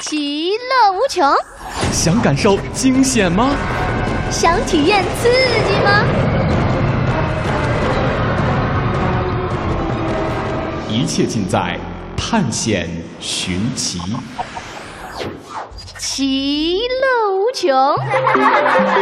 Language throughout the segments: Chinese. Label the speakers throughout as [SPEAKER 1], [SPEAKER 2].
[SPEAKER 1] 其乐无穷。
[SPEAKER 2] 想感受惊险吗？
[SPEAKER 1] 想体验刺激吗？
[SPEAKER 2] 一切尽在探险寻奇。
[SPEAKER 1] 其乐无穷。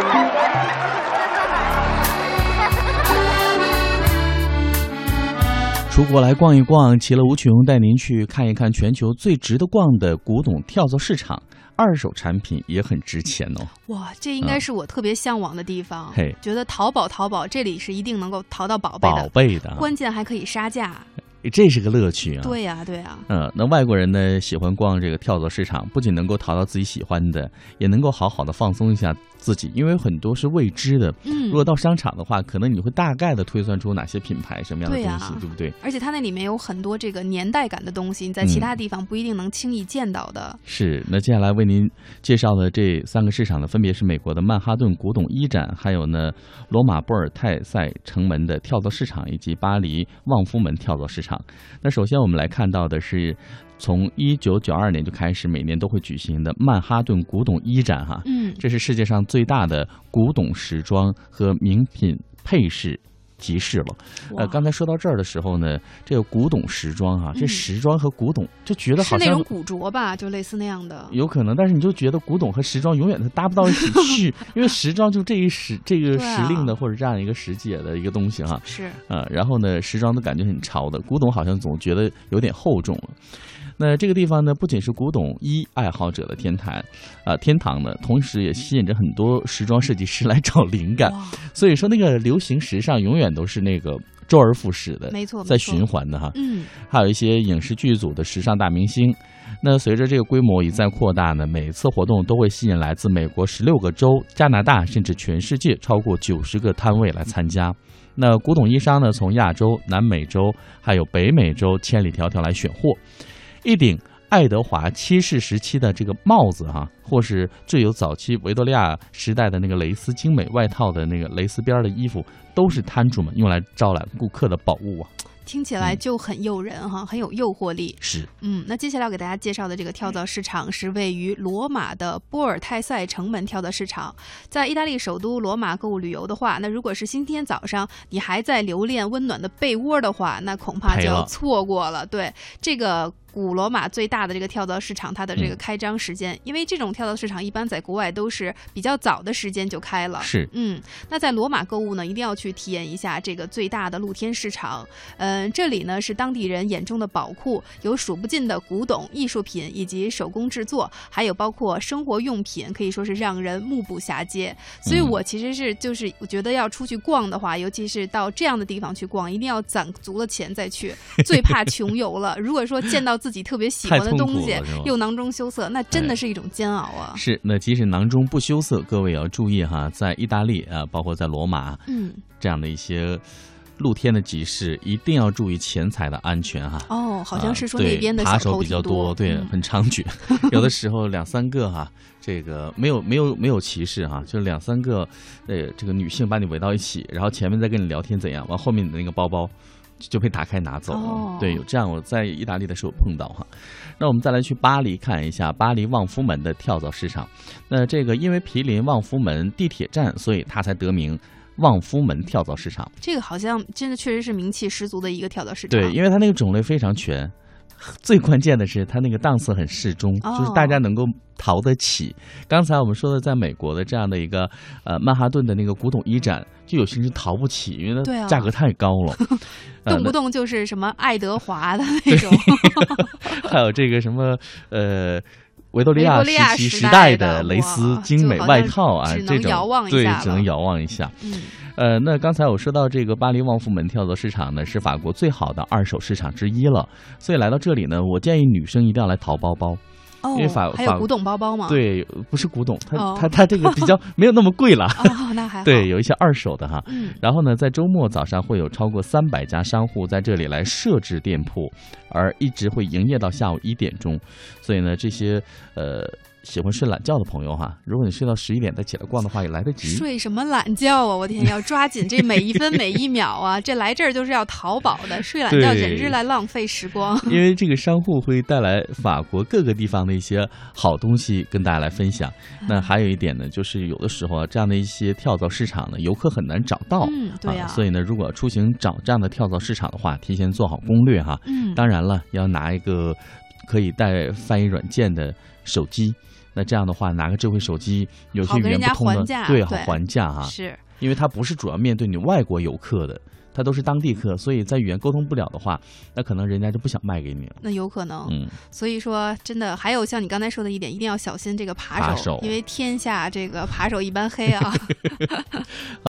[SPEAKER 3] 出国来逛一逛，其乐无穷，带您去看一看全球最值得逛的古董跳蚤市场，二手产品也很值钱哦。
[SPEAKER 4] 哇，这应该是我特别向往的地方。
[SPEAKER 3] 嘿
[SPEAKER 4] 觉得淘宝淘宝这里是一定能够淘到宝贝
[SPEAKER 3] 宝
[SPEAKER 4] 的，
[SPEAKER 3] 贝的啊，啊
[SPEAKER 4] 关键还可以杀价。
[SPEAKER 3] 这是个乐趣啊。。
[SPEAKER 4] 对呀、对呀、
[SPEAKER 3] 嗯，那外国人呢喜欢逛这个跳蚤市场，不仅能够淘到自己喜欢的，也能够好好的放松一下自己，因为很多是未知的。
[SPEAKER 4] 嗯
[SPEAKER 3] 如。果到商场的话，可能你会大概的推算出哪些品牌、什么样的
[SPEAKER 4] 对
[SPEAKER 3] 东
[SPEAKER 4] 呀
[SPEAKER 3] 西，对不对？
[SPEAKER 4] 而且它那里面有很多这个年代感的东西，你在
[SPEAKER 3] 嗯
[SPEAKER 4] 其他地方不一定能轻易见到的。
[SPEAKER 3] 是。那接下来为您介绍的这三个市场呢，分别是美国的曼哈顿古董一展，还有呢罗马波尔泰塞城门的跳蚤市场，以及巴黎旺夫门跳蚤市场。那首先我们来看到的是。从一九九二年就开始，每年都会举行的曼哈顿古董一展哈，
[SPEAKER 4] 嗯，
[SPEAKER 3] 这是世界上最大的古董时装和名品配饰集市了。呃，
[SPEAKER 4] 哇
[SPEAKER 3] 刚才说到这儿的时候呢，这个古董时装啊，这
[SPEAKER 4] 嗯
[SPEAKER 3] 时装和古董就觉得
[SPEAKER 4] 是
[SPEAKER 3] 好
[SPEAKER 4] 那种
[SPEAKER 3] 像。
[SPEAKER 4] 古着吧，就类似那样的。
[SPEAKER 3] 有可能，但是你就觉得古董和时装永远它搭不到一起 去，因为时装就这一时这个
[SPEAKER 4] 对啊
[SPEAKER 3] 时令的、或者这样一个时节的一个东西哈、
[SPEAKER 4] 是，
[SPEAKER 3] 啊，然后呢，时装都感觉很潮的，古董好像总觉得有点厚重了。那这个地方呢，不仅是古董一爱好者的天堂，啊、天堂呢，同时也吸引着很多时装设计师来找灵感。
[SPEAKER 4] 哇，
[SPEAKER 3] 所以说，那个流行时尚永远都是那个周而复始的，
[SPEAKER 4] 没错，
[SPEAKER 3] 在
[SPEAKER 4] 没错
[SPEAKER 3] 循。环的哈。
[SPEAKER 4] 嗯，
[SPEAKER 3] 还有一些影视剧组的时尚大明星。那随着这个规模一再扩大呢，每次活动都会吸引来自美国十六个州、加拿大甚至全世界超过九十个摊位来参加。那古董衣商呢，从亚洲、南美洲还有北美洲千里迢迢来选货。一顶爱德华七世时期的这个帽子哈、或是最有早期维多利亚时代的那个蕾丝精美外套的那个蕾丝边儿的衣服，都是摊主们用来招揽顾客的宝物啊。
[SPEAKER 4] 听起来
[SPEAKER 3] 嗯
[SPEAKER 4] 就很诱人哈，很有诱惑力。
[SPEAKER 3] 是，
[SPEAKER 4] 嗯，那接下来要给大家介绍的这个跳蚤市场是位于罗马的波尔泰塞城门跳蚤市场。在意大利首都罗马购物旅游的话，那如果是今天早上你还在留恋温暖的被窝的话，那恐怕
[SPEAKER 3] 赔
[SPEAKER 4] 就要
[SPEAKER 3] 了
[SPEAKER 4] 错过了。对，这个古罗马最大的这个跳蚤市场，它的这个
[SPEAKER 3] 嗯
[SPEAKER 4] 开张时间，因为这种跳蚤市场一般在国外都是比较早的时间就开了。
[SPEAKER 3] 是
[SPEAKER 4] 嗯，那在罗马购物呢，一定要去体验一下这个最大的露天市场。嗯、这里呢是当地人眼中的宝库，有数不尽的古董、艺术品以及手工制作，还有包括生活用品，可以说是让人目不暇接。所以
[SPEAKER 3] 嗯
[SPEAKER 4] 我其实是就是我觉得要出去逛的话，尤其是到这样的地方去逛，一定要攒足了钱 再去，最怕穷游了。如果说见到自己特别喜
[SPEAKER 3] 太
[SPEAKER 4] 欢的
[SPEAKER 3] 痛
[SPEAKER 4] 东
[SPEAKER 3] 苦
[SPEAKER 4] 西
[SPEAKER 3] 了是吧
[SPEAKER 4] 又囊中羞涩，那真
[SPEAKER 3] 哎
[SPEAKER 4] 的是一种煎熬啊。
[SPEAKER 3] 是，那即使囊中不羞涩，各位也要注意哈，在意大利啊，包括在罗马
[SPEAKER 4] 嗯，
[SPEAKER 3] 这样的一些露天的集市，一定要注意钱财的安全哈。
[SPEAKER 4] 哦，好像
[SPEAKER 3] 啊
[SPEAKER 4] 是说
[SPEAKER 3] 对
[SPEAKER 4] 那边的小
[SPEAKER 3] 扒
[SPEAKER 4] 偷
[SPEAKER 3] 手比
[SPEAKER 4] 挺
[SPEAKER 3] 较
[SPEAKER 4] 多，
[SPEAKER 3] 对，
[SPEAKER 4] 嗯
[SPEAKER 3] 很猖獗， 有的时候两三个哈、这个没有没有没有歧视哈、就是两三个，呃，这个女性把你围到一起，然后前面在跟你聊天怎样，完后面你的那个包包就就被打开拿走了。
[SPEAKER 4] 哦
[SPEAKER 3] 对，有这样我在意大利的时候碰到哈、那我们再来去巴黎看一下巴黎旺夫门的跳蚤市场。那这个因为毗邻旺夫门地铁站，所以它才得名旺夫门跳蚤市场。
[SPEAKER 4] 这个好像真的确实是名气十足的一个跳蚤市场。
[SPEAKER 3] 对，因为它那个种类非常全，最关键的是它那个档次很适中，就是大家
[SPEAKER 4] 哦
[SPEAKER 3] 能够淘得起。刚才我们说的，在美国的这样的一个呃曼哈顿的那个古董衣展，就有些人淘不起，因为
[SPEAKER 4] 对
[SPEAKER 3] 它
[SPEAKER 4] 啊
[SPEAKER 3] 价格太高 了，呃
[SPEAKER 4] 动不动就是什么爱德华的那种，
[SPEAKER 3] 那还有这个什么呃。维多利
[SPEAKER 4] 维
[SPEAKER 3] 亚
[SPEAKER 4] 多利亚
[SPEAKER 3] 时期
[SPEAKER 4] 时
[SPEAKER 3] 时
[SPEAKER 4] 代
[SPEAKER 3] 代
[SPEAKER 4] 的
[SPEAKER 3] 的蕾丝
[SPEAKER 4] 哇
[SPEAKER 3] 精
[SPEAKER 4] 就
[SPEAKER 3] 美
[SPEAKER 4] 好
[SPEAKER 3] 外
[SPEAKER 4] 像
[SPEAKER 3] 套啊，
[SPEAKER 4] 只
[SPEAKER 3] 这
[SPEAKER 4] 能
[SPEAKER 3] 种
[SPEAKER 4] 遥望一
[SPEAKER 3] 对
[SPEAKER 4] 下，
[SPEAKER 3] 只能
[SPEAKER 4] 了
[SPEAKER 3] 遥望一下。
[SPEAKER 4] 嗯，
[SPEAKER 3] 呃，那刚才我说到这个巴黎旺夫门跳蚤市场呢，是法国最好的二手市场之一了。所以来到这里呢，我建议女生一定要来淘包包。
[SPEAKER 4] 哦，
[SPEAKER 3] 因为法
[SPEAKER 4] 还
[SPEAKER 3] 法
[SPEAKER 4] 有古董包包吗？，
[SPEAKER 3] 对，不是古董，它、
[SPEAKER 4] 哦
[SPEAKER 3] 它它这个 比较没有那么贵了。
[SPEAKER 4] 哦，那还好。
[SPEAKER 3] 对，，有一些二手的哈。
[SPEAKER 4] 嗯，
[SPEAKER 3] 然后呢，在周末早上会有超过三百家商户在这里来设置店铺，而一直会营业到下午一点钟。所以呢，这些呃喜欢睡懒觉的朋友哈、如果你睡到十一点再起来逛的话，也来得及。
[SPEAKER 4] 睡什么懒觉啊！我天，要抓紧这每一分每一秒 啊！这来这儿就是要淘宝的，睡懒觉
[SPEAKER 3] 对
[SPEAKER 4] 简直是来浪费时光。
[SPEAKER 3] 因为这个商户会带来法国各个地方的一些好东西跟大家来分享。
[SPEAKER 4] 嗯
[SPEAKER 3] 那还有一点呢，就是有的时候啊，这样的一些跳蚤市场呢，游客很难找到。
[SPEAKER 4] 嗯，对呀、
[SPEAKER 3] 啊，所以呢，如果出行找这样的跳蚤市场的话，提前做好攻略哈、
[SPEAKER 4] 嗯，
[SPEAKER 3] 当然了，要拿一个可以带翻译软件的手机。那这样的话，拿个智慧手机，有些
[SPEAKER 4] 好
[SPEAKER 3] 语
[SPEAKER 4] 跟
[SPEAKER 3] 言
[SPEAKER 4] 人家
[SPEAKER 3] 不通
[SPEAKER 4] 还
[SPEAKER 3] 的
[SPEAKER 4] 价，
[SPEAKER 3] 对，好
[SPEAKER 4] 对
[SPEAKER 3] 还价啊，
[SPEAKER 4] 是
[SPEAKER 3] 因为它不是主要面对你外国游客的，它都是当地客，所以在语言沟通不了的话，那可能人家就不想卖给你了。
[SPEAKER 4] 那有可能。
[SPEAKER 3] 嗯，
[SPEAKER 4] 所以说，真的还有像你刚才说的一点，一定要小心这个扒
[SPEAKER 3] 扒
[SPEAKER 4] 手，
[SPEAKER 3] 手
[SPEAKER 4] 因为天下这个扒手一般黑啊。